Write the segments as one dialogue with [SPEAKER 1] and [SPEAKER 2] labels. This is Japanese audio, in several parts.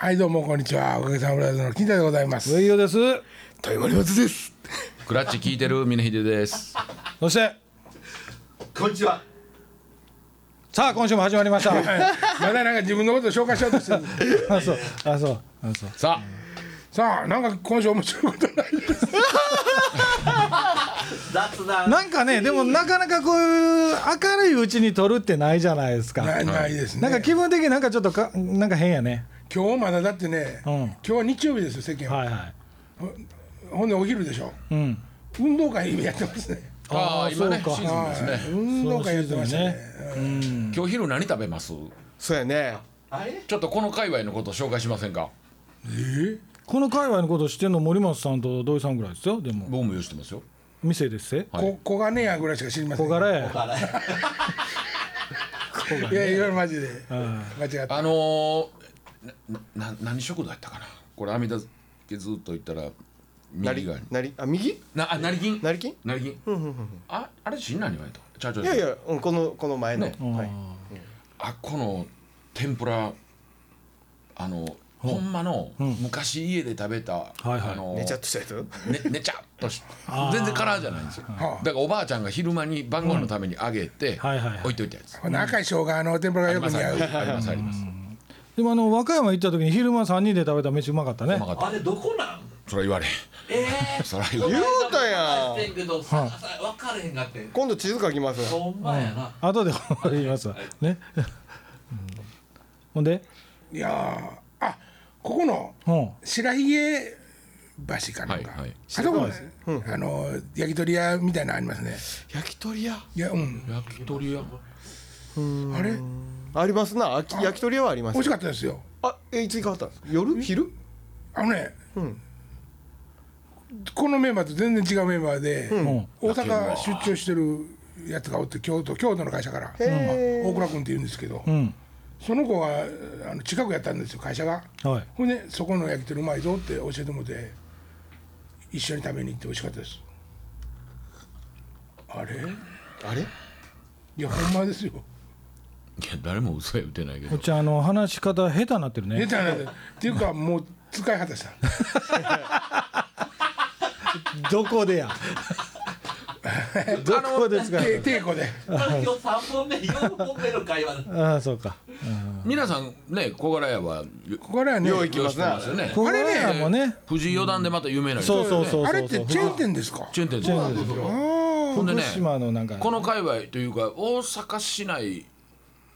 [SPEAKER 1] はいどうもこんにちはおかげさまブラザーズの金田でございます
[SPEAKER 2] 上井雄です
[SPEAKER 1] 豊森松です
[SPEAKER 3] クラッチ聞いてる峰秀です。
[SPEAKER 2] そして
[SPEAKER 4] こんにちは。
[SPEAKER 2] さあ今週も始まりました
[SPEAKER 1] まだなんか自分のこと紹介しようとしてる
[SPEAKER 2] あそうあそうあそう
[SPEAKER 3] さ
[SPEAKER 1] さあなんか今週面白いことないです
[SPEAKER 4] 雑談。
[SPEAKER 2] なんかねでもなかなかこういう明るいうちに撮るってないじゃないですか、
[SPEAKER 1] ないないですね
[SPEAKER 2] なんか気分的になんかちょっとかなんか変やね
[SPEAKER 1] 今日まだだってね、
[SPEAKER 2] うん
[SPEAKER 1] 今日は日曜日ですよ世間は、
[SPEAKER 2] はいは
[SPEAKER 1] ほんでお昼でしょ
[SPEAKER 2] いうん
[SPEAKER 1] 運動会やってますね
[SPEAKER 3] あ、ああ
[SPEAKER 2] ー
[SPEAKER 3] 今ね
[SPEAKER 2] そうか
[SPEAKER 3] シーズンですね。
[SPEAKER 1] 運動会やってましたね
[SPEAKER 3] 今日昼何食べます？
[SPEAKER 5] そうやね
[SPEAKER 4] あれ？
[SPEAKER 3] ちょっとこの界隈のこと紹介しませんか。
[SPEAKER 2] この界隈のこと知ってんの森松さんと土井さんぐらいですよでも
[SPEAKER 3] 僕も用意してますよ。
[SPEAKER 2] 店ですせ
[SPEAKER 3] はい
[SPEAKER 1] こ小金屋ぐらいしか知りません
[SPEAKER 2] 小柄や
[SPEAKER 4] あれ。
[SPEAKER 1] いやいやマジで間違った
[SPEAKER 3] あのー、なな何食堂やったかな。これ阿弥陀家ずっと行ったら
[SPEAKER 5] な
[SPEAKER 3] 右
[SPEAKER 5] り
[SPEAKER 3] 側に。
[SPEAKER 5] なりあ右
[SPEAKER 3] なあ成金。
[SPEAKER 5] なりきんい
[SPEAKER 3] 成金。ああれ新何言われた。ちゃうちゃうちゃ
[SPEAKER 5] や
[SPEAKER 3] う
[SPEAKER 5] いや、うん、このこの前の、
[SPEAKER 3] ね
[SPEAKER 5] はい、
[SPEAKER 3] あっこの天ぷらあの。ほんまの昔家で食べた、
[SPEAKER 2] はいはい
[SPEAKER 3] あのー
[SPEAKER 5] めちゃっとしたやつ
[SPEAKER 3] ね、寝ちゃっとし全然カラーじゃないんですよだ
[SPEAKER 1] はあ
[SPEAKER 3] からおばあちゃんが昼間に晩ご飯のために揚げて
[SPEAKER 2] はいはいはい
[SPEAKER 3] 置いといたやつ
[SPEAKER 1] この赤い生姜の天ぷらが
[SPEAKER 3] あり
[SPEAKER 1] よく
[SPEAKER 3] ます
[SPEAKER 1] 似合う
[SPEAKER 3] ありますあります
[SPEAKER 2] でもあの和歌山行った時に昼間3人で食べた飯うまかったね
[SPEAKER 3] うまかった
[SPEAKER 4] あれどこなん？
[SPEAKER 3] それ言われへん
[SPEAKER 4] ええ
[SPEAKER 3] それ言われへん
[SPEAKER 5] 言うたやん
[SPEAKER 4] てんけどささ分かれへんかって。
[SPEAKER 5] 今度地図書きます
[SPEAKER 4] ほんまやな。
[SPEAKER 2] 後で言いますわね、うんほんで
[SPEAKER 1] いやーあここの
[SPEAKER 2] うん
[SPEAKER 1] 白ひげ橋かなんか、
[SPEAKER 3] はいはい
[SPEAKER 1] あそこもね、あの焼き鳥屋みたいなのありますね
[SPEAKER 5] 焼き鳥屋
[SPEAKER 1] いやうん
[SPEAKER 3] 焼き鳥屋
[SPEAKER 1] あれ
[SPEAKER 5] ありますなあき焼き鳥屋はありま
[SPEAKER 1] 美味し
[SPEAKER 5] す
[SPEAKER 1] かったですよ
[SPEAKER 5] あえいつに変わったんですか夜昼
[SPEAKER 1] あのね、
[SPEAKER 5] ん
[SPEAKER 1] このメンバーと全然違うメンバーで、
[SPEAKER 2] ん
[SPEAKER 1] 大阪出張してるやつがおって京都京都の会社から、
[SPEAKER 5] へ
[SPEAKER 1] 大倉君って言うんですけど、
[SPEAKER 2] うん
[SPEAKER 1] その子があの近くやったんですよ会社が
[SPEAKER 2] はい
[SPEAKER 1] ほんでそこの焼き鳥うまいぞって教えてもらって一緒に食べに行って美味しかったですあれ
[SPEAKER 5] あれ
[SPEAKER 1] いやほんまですよ
[SPEAKER 3] いや誰も嘘は言ってないけ
[SPEAKER 2] こ
[SPEAKER 3] ど
[SPEAKER 2] っちあの話し方下手になってる
[SPEAKER 1] 出
[SPEAKER 2] ね
[SPEAKER 1] たなっていうかもう使い果たした
[SPEAKER 2] どこでやどこですか
[SPEAKER 1] て稽古で
[SPEAKER 4] これ今日三本目、四本目の会話だ。
[SPEAKER 2] ああそうか
[SPEAKER 3] 皆さんね小柄屋はよ
[SPEAKER 1] ここらはね
[SPEAKER 5] よう行きますな
[SPEAKER 3] よしてますよね
[SPEAKER 2] これ
[SPEAKER 1] あ
[SPEAKER 2] ねもうね
[SPEAKER 3] 藤井四段でまた有名な
[SPEAKER 2] そうそうそうそう
[SPEAKER 1] あれってチェーン店ですか
[SPEAKER 3] チェーン店ですほんで
[SPEAKER 2] 福
[SPEAKER 3] ね
[SPEAKER 2] 島のなんか
[SPEAKER 3] この界隈というか大阪市内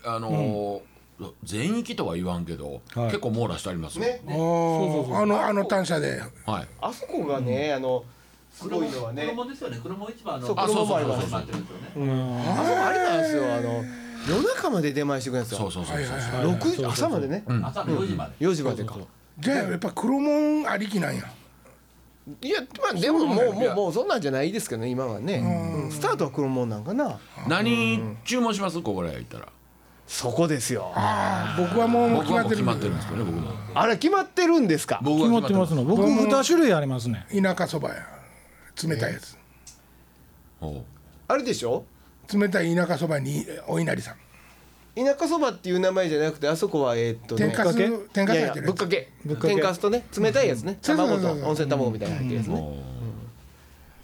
[SPEAKER 3] あのー全域とは言わんけど
[SPEAKER 2] はい
[SPEAKER 3] 結構網羅してありますよ
[SPEAKER 5] ね
[SPEAKER 1] あーあのあの単車で
[SPEAKER 3] はい
[SPEAKER 5] あそこがね、あのすごいのはね
[SPEAKER 4] 黒門ですよね。黒門市場の。
[SPEAKER 5] そう
[SPEAKER 3] あ
[SPEAKER 5] 黒門もあります
[SPEAKER 3] そうそうそう
[SPEAKER 4] ってるんですよね。
[SPEAKER 5] あそこあれなんですよあの夜中まで出前してくれるんです
[SPEAKER 3] そ
[SPEAKER 5] よ
[SPEAKER 3] うそうそうそう
[SPEAKER 2] はいはい
[SPEAKER 5] 六時朝までね
[SPEAKER 4] 朝の四時まで。
[SPEAKER 5] 4時までか
[SPEAKER 1] じゃあやっぱ黒門ありきなんや
[SPEAKER 5] いやまあでももうも
[SPEAKER 3] いや
[SPEAKER 5] うもうそんなんじゃないですけどね今はねうんスタートは黒門なんかな
[SPEAKER 3] 何注文します小柄屋行ったら
[SPEAKER 5] そこですよ
[SPEAKER 1] ああ僕はもう決
[SPEAKER 3] 僕
[SPEAKER 1] ま
[SPEAKER 3] は
[SPEAKER 1] っ
[SPEAKER 3] も
[SPEAKER 1] て
[SPEAKER 3] う決
[SPEAKER 1] る
[SPEAKER 3] まってるんですけどね僕も
[SPEAKER 5] あれ決まってるんですか
[SPEAKER 3] 僕
[SPEAKER 2] 決ま
[SPEAKER 3] は
[SPEAKER 2] ってますの僕
[SPEAKER 1] 僕も
[SPEAKER 2] 二種類ありますね
[SPEAKER 1] 田舎そばや冷たいやつ
[SPEAKER 3] おう
[SPEAKER 5] あれでしょ
[SPEAKER 1] 冷たい田舎そばにお稲荷さん
[SPEAKER 5] 田舎そばっていう名前じゃなくてあそこはえーっと
[SPEAKER 1] 天
[SPEAKER 5] ね
[SPEAKER 1] かす
[SPEAKER 2] ぶっか
[SPEAKER 1] 天か
[SPEAKER 5] い
[SPEAKER 1] す
[SPEAKER 5] やい
[SPEAKER 1] 入ってるや
[SPEAKER 5] やぶっ
[SPEAKER 1] つ
[SPEAKER 5] かけ
[SPEAKER 2] ぶっかけ
[SPEAKER 5] 天かすとね冷たいやつね
[SPEAKER 1] そうそうそう
[SPEAKER 5] 卵
[SPEAKER 1] そ
[SPEAKER 5] と
[SPEAKER 1] う
[SPEAKER 5] 温泉卵みたいなの入ってるやつね
[SPEAKER 3] おう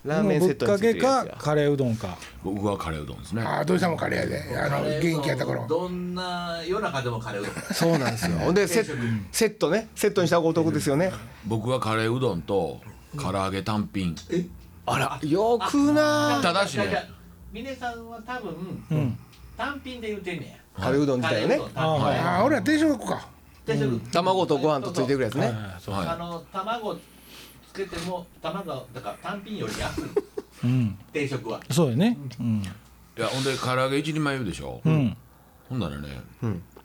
[SPEAKER 5] ラーメンセット
[SPEAKER 2] ぶ
[SPEAKER 5] に
[SPEAKER 2] っか
[SPEAKER 5] ついて
[SPEAKER 2] け
[SPEAKER 5] るやつ
[SPEAKER 2] か
[SPEAKER 5] や
[SPEAKER 2] カレーうどんか
[SPEAKER 3] 僕はカレーうどんですね
[SPEAKER 1] ああ土井さんもカレー屋であの元気やった頃
[SPEAKER 4] どんな夜中でもカレーうどん。
[SPEAKER 5] そうなんですよほんで セッセットねセットにしたお得ですよね
[SPEAKER 3] 僕はカレーうどんと唐揚げ単品
[SPEAKER 5] あらよくな
[SPEAKER 3] ただしね
[SPEAKER 4] じゃあ。峰さんは多分、単品で言うてんねや。
[SPEAKER 5] カレーうどん自体
[SPEAKER 4] カ
[SPEAKER 5] ね
[SPEAKER 4] レーうどん単品
[SPEAKER 2] はい
[SPEAKER 1] ああ俺は定食か
[SPEAKER 4] 定食
[SPEAKER 5] 卵とご飯とついてくるやつね
[SPEAKER 2] は
[SPEAKER 4] あ
[SPEAKER 3] は
[SPEAKER 4] の卵つけても卵だから単品より安い
[SPEAKER 2] いうん
[SPEAKER 4] 定食は
[SPEAKER 2] そうよねうん
[SPEAKER 3] いいやほんで唐揚げ一人前言うでしょ
[SPEAKER 2] うん
[SPEAKER 3] ほんならね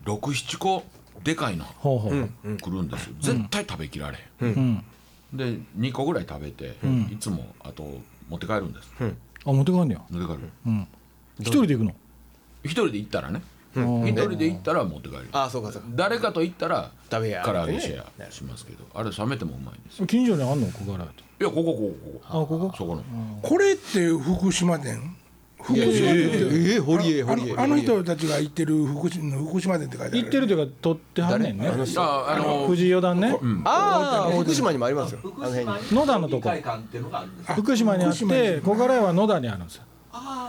[SPEAKER 3] 六七個でかいの
[SPEAKER 2] ほうほう
[SPEAKER 3] 来るんですよ絶対食べきられへ
[SPEAKER 2] うん
[SPEAKER 3] んで2個ぐらい食べていつもあと持って帰るんです
[SPEAKER 2] あ持って帰んねや
[SPEAKER 3] 持って帰る
[SPEAKER 2] うん一人で行くの
[SPEAKER 3] 一人で行ったらね
[SPEAKER 2] うん
[SPEAKER 3] 一人で行ったら持って帰る
[SPEAKER 5] あそうかそうか
[SPEAKER 3] 誰かと行ったら唐
[SPEAKER 5] 食べや
[SPEAKER 3] 揚げシェアしますけどあれ冷めてもうまいんですよ
[SPEAKER 2] 近所にあんの小柄やと
[SPEAKER 3] いやここここここ
[SPEAKER 2] あここ
[SPEAKER 3] そこの
[SPEAKER 1] これって福島店福島って
[SPEAKER 5] ええ堀江
[SPEAKER 1] あ
[SPEAKER 5] 堀江
[SPEAKER 1] のあの人たちが行ってる福島の福島店って書いてある
[SPEAKER 2] 行ってるというか取ってはんねんね
[SPEAKER 3] ああの
[SPEAKER 2] 藤井四段ね
[SPEAKER 5] ああ福島にもありますよ
[SPEAKER 4] 福
[SPEAKER 5] あの辺
[SPEAKER 4] 島
[SPEAKER 5] に
[SPEAKER 4] に
[SPEAKER 2] 野田のとこ
[SPEAKER 4] 議会館っていうのがあるんです
[SPEAKER 1] あ
[SPEAKER 2] 福島にあっ
[SPEAKER 1] 福島
[SPEAKER 2] て小柄屋は野田にあるんですよ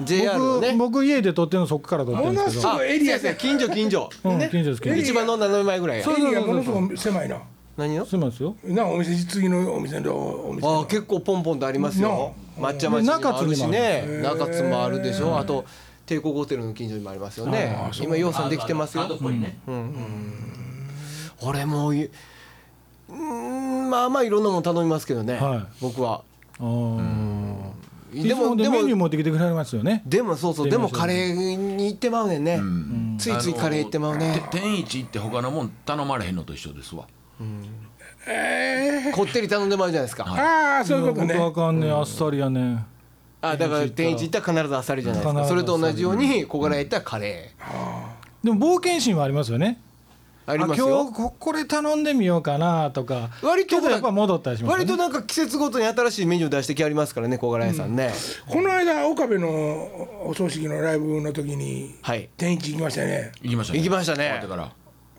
[SPEAKER 5] JR の
[SPEAKER 2] 僕
[SPEAKER 5] ね
[SPEAKER 2] 僕家で取ってるのそこから取って
[SPEAKER 1] も
[SPEAKER 2] るんで
[SPEAKER 1] の
[SPEAKER 2] す
[SPEAKER 1] す
[SPEAKER 2] けど
[SPEAKER 1] ごいエリアで
[SPEAKER 5] 近所近所
[SPEAKER 2] うん近所ですけど
[SPEAKER 5] 一番の斜め前ぐらいや
[SPEAKER 2] そう
[SPEAKER 1] エリアものすごい狭いな
[SPEAKER 5] 何の
[SPEAKER 2] そうなんですよ
[SPEAKER 1] なお店次のお店のお店
[SPEAKER 5] ああ
[SPEAKER 1] の
[SPEAKER 5] 結構ポンポンとありますよ抹茶町
[SPEAKER 2] で
[SPEAKER 5] に
[SPEAKER 2] 中
[SPEAKER 5] もあ
[SPEAKER 2] 津
[SPEAKER 5] る
[SPEAKER 2] に
[SPEAKER 5] し
[SPEAKER 2] もある
[SPEAKER 5] ね中津もあるでしょあと帝国ホテルの近所にもありますよね
[SPEAKER 1] ああそう
[SPEAKER 5] 今養蚕できてますよ
[SPEAKER 4] あのあのここにね
[SPEAKER 5] 俺もういううーんまあまあいろんなもの頼みますけどね
[SPEAKER 2] はい
[SPEAKER 5] 僕は
[SPEAKER 2] あーい
[SPEAKER 5] で
[SPEAKER 2] つも
[SPEAKER 5] も
[SPEAKER 2] で
[SPEAKER 5] で
[SPEAKER 2] メ
[SPEAKER 5] も
[SPEAKER 2] ニュー持ってきてくれますよね
[SPEAKER 5] でもそうそうでもカレーに行ってまうねんね
[SPEAKER 3] ん
[SPEAKER 5] ついついカレー行ってまう
[SPEAKER 3] あの
[SPEAKER 5] ね
[SPEAKER 3] て天一行って他のもん頼まれへんのと一緒ですわ
[SPEAKER 5] こってり頼んでまうじゃないですか
[SPEAKER 1] ああそういうこと
[SPEAKER 2] 僕わ
[SPEAKER 1] ね
[SPEAKER 2] かんねえあっさりやね
[SPEAKER 5] あ だから天一行ったら必ずアサリじゃないですか
[SPEAKER 2] 必ず
[SPEAKER 5] それと同じように小柄屋行ったらカレー
[SPEAKER 2] でも冒険心はありますよね
[SPEAKER 5] あります
[SPEAKER 2] 今
[SPEAKER 5] よ
[SPEAKER 2] 日ここれ頼んでみようかなとか
[SPEAKER 5] 割と
[SPEAKER 2] けどやっぱ戻ったりします
[SPEAKER 5] 割
[SPEAKER 2] よ
[SPEAKER 5] と
[SPEAKER 2] ね
[SPEAKER 5] なんか季節ごとに新しいメニュー出してきありますからね小柄屋さんね
[SPEAKER 1] この間岡部のおお葬式のライブの時に
[SPEAKER 5] はい
[SPEAKER 1] 天一行きましたよね
[SPEAKER 3] 行きましたね
[SPEAKER 5] 行きましたね
[SPEAKER 3] 終わってから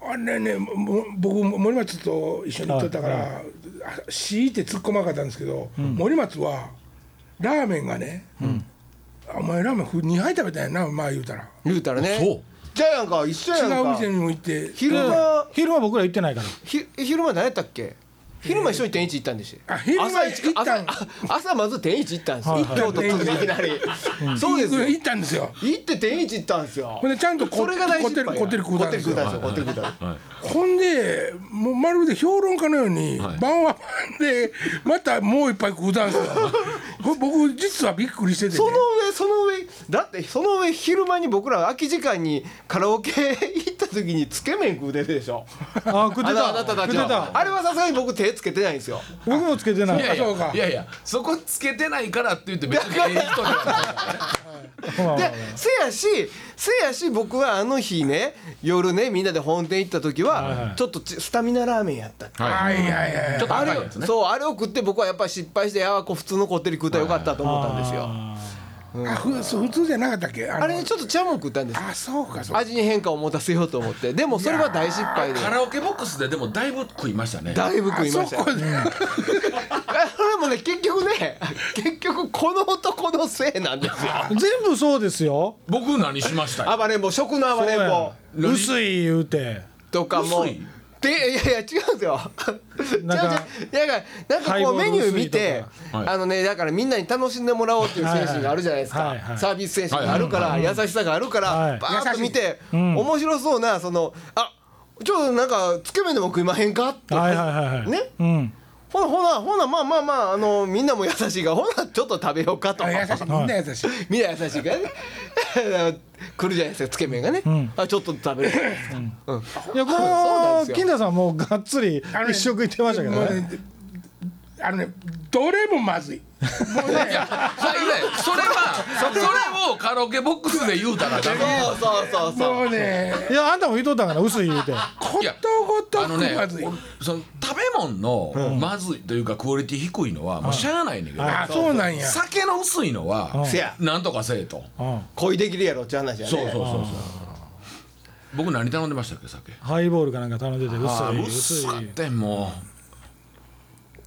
[SPEAKER 1] あれねも僕森松と一緒に行っとったから、あ強いて突っ込まなかったんですけど、森松はラーメンがね、あお前ラーメン2杯食べたんやなまあ言うたら
[SPEAKER 5] 言うたらね
[SPEAKER 3] そう
[SPEAKER 5] じゃあやんか一緒やん
[SPEAKER 1] 違う
[SPEAKER 5] か
[SPEAKER 1] 店にも行って
[SPEAKER 5] 昼間
[SPEAKER 2] 昼間僕ら行ってないから
[SPEAKER 5] ひ昼間何やったっけ昼間一緒に天一行ったんでし
[SPEAKER 1] あ昼間
[SPEAKER 5] 朝一
[SPEAKER 1] 行ったん
[SPEAKER 5] 朝あ朝まず天一行ったんです
[SPEAKER 2] はい
[SPEAKER 5] よ
[SPEAKER 2] はい
[SPEAKER 5] 京都行った時いきなりそうですよ
[SPEAKER 1] 行ったんですよ
[SPEAKER 5] 行って天一行ったんですよ
[SPEAKER 1] ほんでちゃんとこ
[SPEAKER 5] それが大事
[SPEAKER 1] こってりこってり食うたんです
[SPEAKER 5] よこってり食うたんですよこってり食うたんですよ
[SPEAKER 1] ほんでもうまるで評論家のように、
[SPEAKER 3] はい
[SPEAKER 1] 晩は晩でまたもう一杯食うたん ですよこれ僕実はびっくりしてて、ね、
[SPEAKER 5] その上その上だってその上昼間に僕ら空き時間にカラオケ行った時につけ麺食うてるでしょ
[SPEAKER 2] あ食って
[SPEAKER 5] あのあ
[SPEAKER 2] た
[SPEAKER 5] なたた
[SPEAKER 2] 食っ
[SPEAKER 5] ち
[SPEAKER 2] て
[SPEAKER 5] は
[SPEAKER 2] た
[SPEAKER 5] あれはさすがに僕手つけてないんですよ
[SPEAKER 2] 僕もつけてない
[SPEAKER 3] いやい
[SPEAKER 1] そうか
[SPEAKER 3] やいやいやそこつけてないからって言って別 にええ人じ
[SPEAKER 2] まあま
[SPEAKER 3] ゃ
[SPEAKER 2] あ
[SPEAKER 5] でせやしせやし僕はあの日ね夜ねみんなで本店行った時
[SPEAKER 2] はいは
[SPEAKER 5] はいちょっとちスタミナラーメンやった
[SPEAKER 3] ない
[SPEAKER 1] はいはいはい
[SPEAKER 3] ちょっと
[SPEAKER 5] あ
[SPEAKER 3] 赤
[SPEAKER 5] れ
[SPEAKER 3] い
[SPEAKER 5] を
[SPEAKER 3] やつね
[SPEAKER 5] そうあれを食って僕はやっぱ失敗してああこう普通のこってり食うたらよかったと思ったんですよ
[SPEAKER 2] あ
[SPEAKER 1] あふそう普通じゃなかったっけあの
[SPEAKER 5] あれちょっとチャーモン食ったんです
[SPEAKER 1] あそうかそうか
[SPEAKER 5] 味に変化を持たせようと思ってでもそれは大失敗で
[SPEAKER 3] カラオケボックスででもだいぶ食いましたね
[SPEAKER 5] だいぶ食いましたよ
[SPEAKER 1] あそこで
[SPEAKER 5] あそれもね結局ね結局この男のせいなんですよ
[SPEAKER 2] ー全部そうですよ
[SPEAKER 3] 僕何しました
[SPEAKER 5] 暴れん坊食の暴れん坊
[SPEAKER 2] そうや薄い言うて
[SPEAKER 5] とかも
[SPEAKER 3] 薄い
[SPEAKER 5] でいやいや違うんですよ。
[SPEAKER 2] なんか
[SPEAKER 5] 違う違ういやなんか
[SPEAKER 2] ハイ
[SPEAKER 5] こ
[SPEAKER 2] ボ
[SPEAKER 5] う
[SPEAKER 2] ー
[SPEAKER 5] メ
[SPEAKER 2] ル
[SPEAKER 5] ニュー
[SPEAKER 2] 薄
[SPEAKER 5] 見
[SPEAKER 2] いとか
[SPEAKER 5] て、
[SPEAKER 3] はい
[SPEAKER 5] あのねだからみんなに楽しんでもらおうっていう精神があるじゃないですか。
[SPEAKER 2] はいはいはい
[SPEAKER 5] サービス精神があるから、優しさがあるから、
[SPEAKER 2] はい
[SPEAKER 5] バーッと見て、
[SPEAKER 2] いうん
[SPEAKER 5] 面白そうなそのあちょっとなんかつけ麺でも食いまへんかって、
[SPEAKER 2] はいはいはいはい
[SPEAKER 5] ね。
[SPEAKER 2] うん
[SPEAKER 5] ほなほなほなまあまあまああのみんなも優しいがほなちょっと食べようかと。
[SPEAKER 1] あ優しいみんな優しい
[SPEAKER 5] みんな優しいからね 来るじゃないですかつけ麺がね、あちょっと食べるじゃないですか、うん
[SPEAKER 2] いやこ
[SPEAKER 5] そうな
[SPEAKER 2] の
[SPEAKER 5] んですよ
[SPEAKER 2] 金田さんもうがっつり
[SPEAKER 1] あのね
[SPEAKER 2] 一食いってましたけど
[SPEAKER 1] もう
[SPEAKER 2] ね
[SPEAKER 1] ねあのねどれもまずいもうね
[SPEAKER 3] それそれはそれをカラオケボックスで言うたらダメ
[SPEAKER 5] そうそうそうそう
[SPEAKER 1] もうね
[SPEAKER 2] いやあんたも言うとったんから薄い言うて
[SPEAKER 1] ことごと
[SPEAKER 3] あのね
[SPEAKER 1] くまずい
[SPEAKER 3] おその食べ物のまずいというかクオリティ低いのはもうしゃあないねんけど
[SPEAKER 1] あそうなんや
[SPEAKER 3] 酒の薄いのは
[SPEAKER 5] せや
[SPEAKER 3] なんとかせえと
[SPEAKER 2] うん
[SPEAKER 5] 恋できるやろって話やね
[SPEAKER 3] そうそうそうそう僕何頼んでましたっけ酒
[SPEAKER 2] ハイボールかなんか頼んでて
[SPEAKER 3] あ
[SPEAKER 2] 薄い
[SPEAKER 3] 薄か
[SPEAKER 2] 薄
[SPEAKER 3] っ
[SPEAKER 2] い
[SPEAKER 3] ても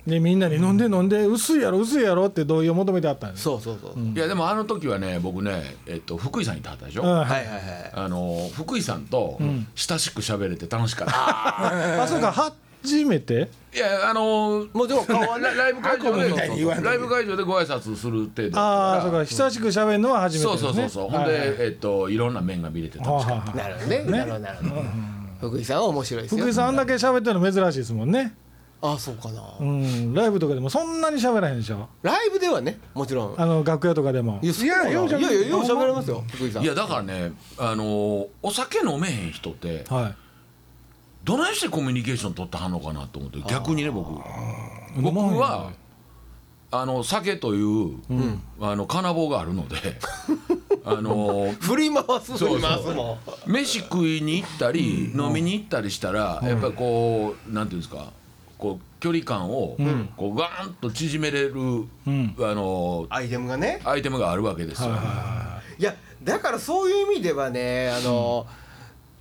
[SPEAKER 2] でみんなに飲んで飲んで薄いやろ薄いやろって同意を求めてあったんです
[SPEAKER 5] そうそうそう、
[SPEAKER 3] ういやでもあの時はね僕ねえっと福井さんに行ってはったでしょ
[SPEAKER 2] うん
[SPEAKER 5] はいはいはい
[SPEAKER 3] あの福井さんと親しく喋れて楽しかった、
[SPEAKER 2] あそうか初めて
[SPEAKER 3] いやあの
[SPEAKER 5] もうでも顔 は
[SPEAKER 3] ラライブ会場
[SPEAKER 1] みたいに言わん
[SPEAKER 3] で
[SPEAKER 1] と
[SPEAKER 3] ライブ会場でご挨拶する程度だから
[SPEAKER 2] ああそうか久しく喋るのは初めてで
[SPEAKER 3] そう
[SPEAKER 2] す
[SPEAKER 3] そうそう
[SPEAKER 2] ね
[SPEAKER 3] そうほん
[SPEAKER 2] はい
[SPEAKER 3] で、
[SPEAKER 2] はい
[SPEAKER 3] えっといろんな面が見れて楽しか
[SPEAKER 2] は
[SPEAKER 3] っ
[SPEAKER 2] あ
[SPEAKER 3] た、
[SPEAKER 2] はあ
[SPEAKER 5] なるほどねなるほどなるほど、福井さんは面白いですよ
[SPEAKER 2] 福井さんあんだけ喋ってるの珍しいですもんね
[SPEAKER 5] あそうかな、
[SPEAKER 2] うんライブとかでもそんなに喋らへんでしょ
[SPEAKER 5] ライブではねもちろん
[SPEAKER 2] あの楽屋とかでも
[SPEAKER 5] いやそう
[SPEAKER 1] いや
[SPEAKER 5] なの
[SPEAKER 1] よう
[SPEAKER 5] い
[SPEAKER 1] しゃ
[SPEAKER 5] や
[SPEAKER 1] べ
[SPEAKER 5] いやようしゃべれますよ福井さん
[SPEAKER 3] いやだからねあのお酒飲めへん人って
[SPEAKER 2] は
[SPEAKER 3] どないしてコミュニケーション取ったはんのかなと思って逆にね僕
[SPEAKER 2] い
[SPEAKER 3] 僕
[SPEAKER 2] 飲まへん
[SPEAKER 3] はあの酒という、あの金棒があるので あの
[SPEAKER 5] 振り回す振り回すもん
[SPEAKER 3] 飯食いに行ったり飲みに行ったりしたらやっぱりこうなんていうんですかこう距離感をこうガーンと縮めれる
[SPEAKER 2] ん
[SPEAKER 3] あの
[SPEAKER 5] アイテムがね
[SPEAKER 3] アイテムがあるわけですよ。
[SPEAKER 5] いやだからそういう意味ではねあの、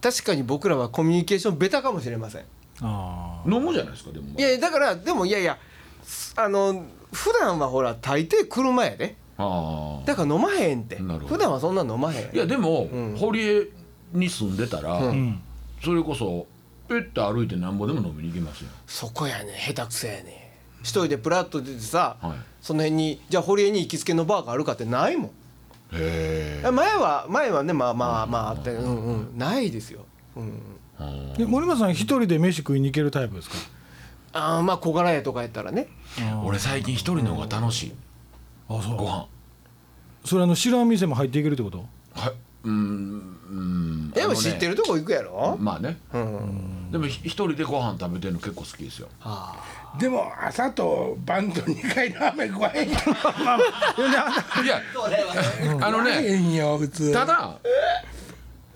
[SPEAKER 5] 確かに僕らはコミュニケーションベタかもしれません
[SPEAKER 2] あ
[SPEAKER 3] 飲むじゃないですかでも
[SPEAKER 5] いやだからでもいやいやすあの普段はほら大抵車やで
[SPEAKER 3] ああ
[SPEAKER 5] だから飲まへんって
[SPEAKER 3] なるほど
[SPEAKER 5] 普段はそんな飲まへん
[SPEAKER 3] いやでも、
[SPEAKER 5] うん
[SPEAKER 3] 堀江に住んでたら、
[SPEAKER 5] う
[SPEAKER 2] あうん
[SPEAKER 3] それこそペッと歩いてなんぼでも飲みに行きますよ
[SPEAKER 5] そこやね下手くそやね一人でプラッと出てさ、
[SPEAKER 3] はい
[SPEAKER 5] その辺にじゃあ堀江に行きつけのバーがあるかってないもん
[SPEAKER 3] へ
[SPEAKER 5] 前は前はねまあまあまああってうんうんないですよ、うん、
[SPEAKER 2] で森松さん一人で飯食いに行けるタイプですか
[SPEAKER 5] あーまあ小柄やとかやったらね
[SPEAKER 3] 俺最近一人の方が楽しい、
[SPEAKER 2] あそう
[SPEAKER 3] ご飯
[SPEAKER 2] それあの知らん店も入っていけるってこと
[SPEAKER 3] はいうんうん
[SPEAKER 5] で
[SPEAKER 3] あの
[SPEAKER 5] も
[SPEAKER 3] ね
[SPEAKER 5] 知ってるとこ行くやろ、
[SPEAKER 3] まあね
[SPEAKER 5] うん、
[SPEAKER 3] でもひ一人でご飯食べてるの結構好きですよ
[SPEAKER 5] あ
[SPEAKER 1] でも朝と晩と2回ラーメン食わ へんや
[SPEAKER 3] いや
[SPEAKER 4] それは
[SPEAKER 3] あの
[SPEAKER 1] ん食わ
[SPEAKER 3] ね
[SPEAKER 1] へんよ普通
[SPEAKER 3] ただ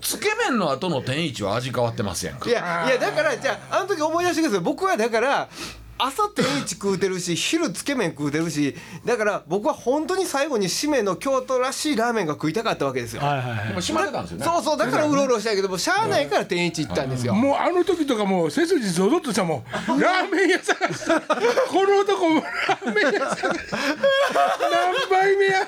[SPEAKER 3] つけ麺の後の天一は味変わってますやんか
[SPEAKER 5] ーいやいやだからじゃああの時思い出してください僕はだから朝定位置食うてるし昼つけ麺食うてるしだから僕は本当に最後に締めの京都らしいラーメンが食いたかったわけですよ、
[SPEAKER 2] はいはいはい
[SPEAKER 3] でも閉まってたんですよね
[SPEAKER 5] そうそうだからうろうろしたけどもしゃあないから定位置行ったんですよ、
[SPEAKER 1] もうあの時とかもう背筋ぞぞっとしたもんラーメン屋探しこの男もラーメン屋探し何杯目や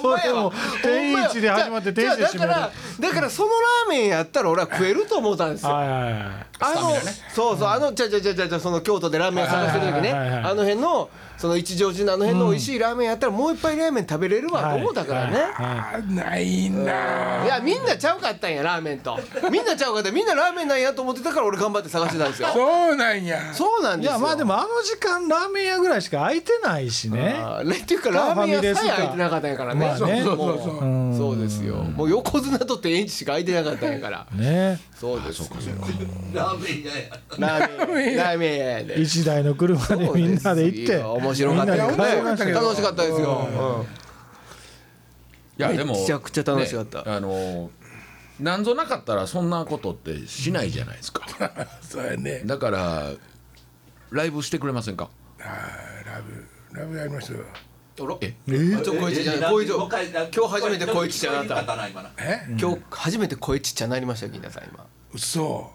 [SPEAKER 5] ほんまやわ
[SPEAKER 2] それも
[SPEAKER 5] ほん
[SPEAKER 2] 定
[SPEAKER 5] まや
[SPEAKER 2] 位置で始まって
[SPEAKER 5] じゃあ
[SPEAKER 2] 定位置で
[SPEAKER 5] だからだからそのラーメンやったら俺は食えると思ったんですよ
[SPEAKER 2] はいはいはい
[SPEAKER 5] あの、そうそうあのちゃちゃちゃちゃちゃその京都でラーメン屋探してる時ね
[SPEAKER 2] はいはいはいはい
[SPEAKER 5] あの辺のその一条寺のあの辺の美味しいラーメンやったらもう一杯ラーメン食べれるわと思うだからね、い
[SPEAKER 2] は
[SPEAKER 1] あないなあ
[SPEAKER 5] やみんなちゃうかったんやラーメンとみんなちゃうかったみんなラーメンなんやと思ってたから俺頑張って探してたんですよ
[SPEAKER 1] そうなんや
[SPEAKER 5] そうなん
[SPEAKER 2] いい
[SPEAKER 5] ですよ
[SPEAKER 2] やまあでもあの時間ラーメン屋ぐらいしか空いてないしね
[SPEAKER 5] あーっていうかラーメン屋さえ開いてなかったんやからね,、
[SPEAKER 2] まあね
[SPEAKER 1] そうそうそう
[SPEAKER 5] もうそうですよもう横綱とって園地しか開いてなかったんやから
[SPEAKER 2] ね
[SPEAKER 5] そうですよ
[SPEAKER 4] ラーメン屋や
[SPEAKER 5] ラーメンラーメン屋やで
[SPEAKER 2] 一台の車でみんなで行っ
[SPEAKER 5] そうです
[SPEAKER 2] て
[SPEAKER 5] よ面白かった
[SPEAKER 2] みん
[SPEAKER 5] よ
[SPEAKER 2] な
[SPEAKER 5] ね
[SPEAKER 2] で
[SPEAKER 1] 面
[SPEAKER 2] 帰
[SPEAKER 1] 白
[SPEAKER 2] り
[SPEAKER 1] か
[SPEAKER 2] ま
[SPEAKER 1] っけど
[SPEAKER 2] したたよ
[SPEAKER 5] 楽しかったですよ、うん
[SPEAKER 3] いやでも
[SPEAKER 5] めちゃくちゃ楽しかった
[SPEAKER 3] ねあのなんぞなかったらそんなことってしないじゃないです か
[SPEAKER 1] そうやね
[SPEAKER 3] だからライブしてくれませんか
[SPEAKER 1] ラブラブやりましたよ
[SPEAKER 3] え
[SPEAKER 5] あちょ小一じゃない小一今日初めて小一じゃなった
[SPEAKER 4] な今な
[SPEAKER 1] え
[SPEAKER 5] 今日初めて声ちっちゃなりましたよ銀田さん今
[SPEAKER 1] 嘘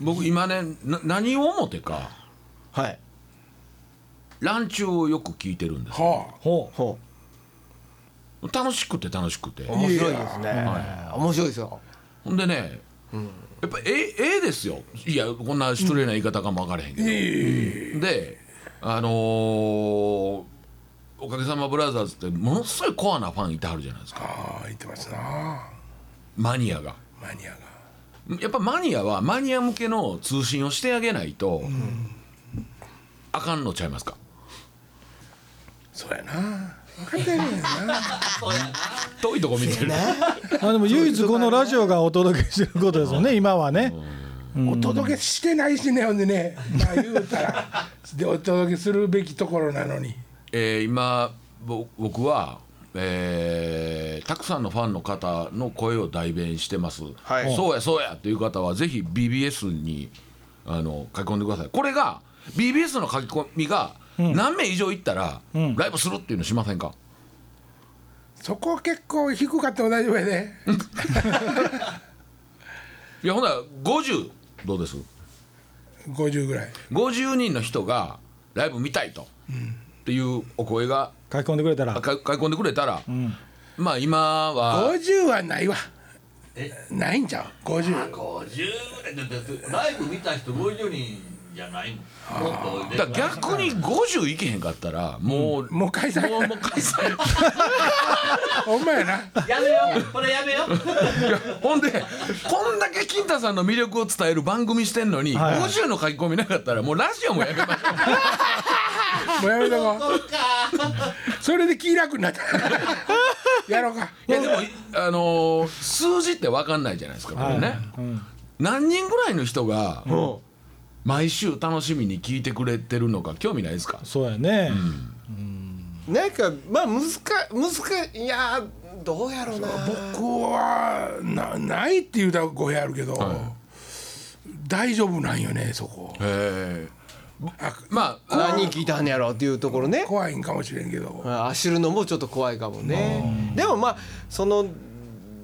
[SPEAKER 3] 僕今ねな何を思ってか
[SPEAKER 5] はい
[SPEAKER 3] ランチューをよく聞いてるんです
[SPEAKER 1] は
[SPEAKER 2] ほう
[SPEAKER 5] ほ
[SPEAKER 3] 楽しくて楽しくて
[SPEAKER 5] う面白いですね、面白いですよ
[SPEAKER 3] ほんでね、やっぱえええですよいやこんな失礼な言い方かも分からへんけど、であのーおかげさまブラザーズ」ってものすごいコアなファンいてはるじゃないです
[SPEAKER 1] あ
[SPEAKER 3] か
[SPEAKER 1] はあ言ってますな
[SPEAKER 3] マニアが。
[SPEAKER 1] マニアが
[SPEAKER 3] やっぱマニアはマニア向けの通信をしてあげないと、あかんのちゃいますか
[SPEAKER 1] そうやな分かってるんやな
[SPEAKER 3] 遠いとこ見てる、
[SPEAKER 2] あでも唯一このラジオがお届けしてることですよね今はね
[SPEAKER 1] お届けしてないしねほんでねまあ言うたらでお届けするべきところなのに
[SPEAKER 3] えー今ぼ僕は、えーたくさんのファンの方の声を代弁してます、
[SPEAKER 5] はい
[SPEAKER 3] そうやそうやという方はぜひ BBS にあの書き込んでくださいこれが BBS の書き込みが何名以上いったら、ライブするっていうのしませんか、
[SPEAKER 1] そこ結構低かったも大丈夫やで
[SPEAKER 3] いやほんなら50どうです
[SPEAKER 1] 50ぐらい
[SPEAKER 3] 50人の人がライブ見たいと、っていうお声が
[SPEAKER 2] 書き込んでくれたら
[SPEAKER 3] あか書き込んでくれたら、まあ今は
[SPEAKER 1] 50はないわ
[SPEAKER 4] え
[SPEAKER 1] ないんちゃう50
[SPEAKER 4] 50ぐらいだってライブ見た人50人じゃないもんもっとおいで
[SPEAKER 3] だから逆に50いけへんかったらもう、
[SPEAKER 1] もう解散
[SPEAKER 3] もうもう解散
[SPEAKER 1] ほんまやな
[SPEAKER 4] やめようこれやめよう
[SPEAKER 3] ほんでこんだけ金太さんの魅力を伝える番組してんのに、
[SPEAKER 2] はい
[SPEAKER 3] 50の書き込みなかったらもうラジオもやめましょ
[SPEAKER 1] もうやめとこ
[SPEAKER 4] そうか
[SPEAKER 1] うそれで気楽に なったやろうか
[SPEAKER 3] ういやでもあのー数字って分かんないじゃないですかこれね、
[SPEAKER 2] うん
[SPEAKER 3] 何人ぐらいの人が
[SPEAKER 5] も
[SPEAKER 3] 毎週楽しみに聞いてくれてるのか興味ないですか
[SPEAKER 2] そうやね
[SPEAKER 5] うなんかまあ難か難いやーどうやろうな
[SPEAKER 1] 僕はなないって言うたら語弊あるけど、
[SPEAKER 3] は
[SPEAKER 1] 大丈夫なんよねそこ
[SPEAKER 3] へえ
[SPEAKER 1] あ
[SPEAKER 3] まああ
[SPEAKER 5] 何聞いたんやろっていうところね
[SPEAKER 1] 怖いんかもしれんけど、
[SPEAKER 5] あ知るのもちょっと怖いかもねでもまあその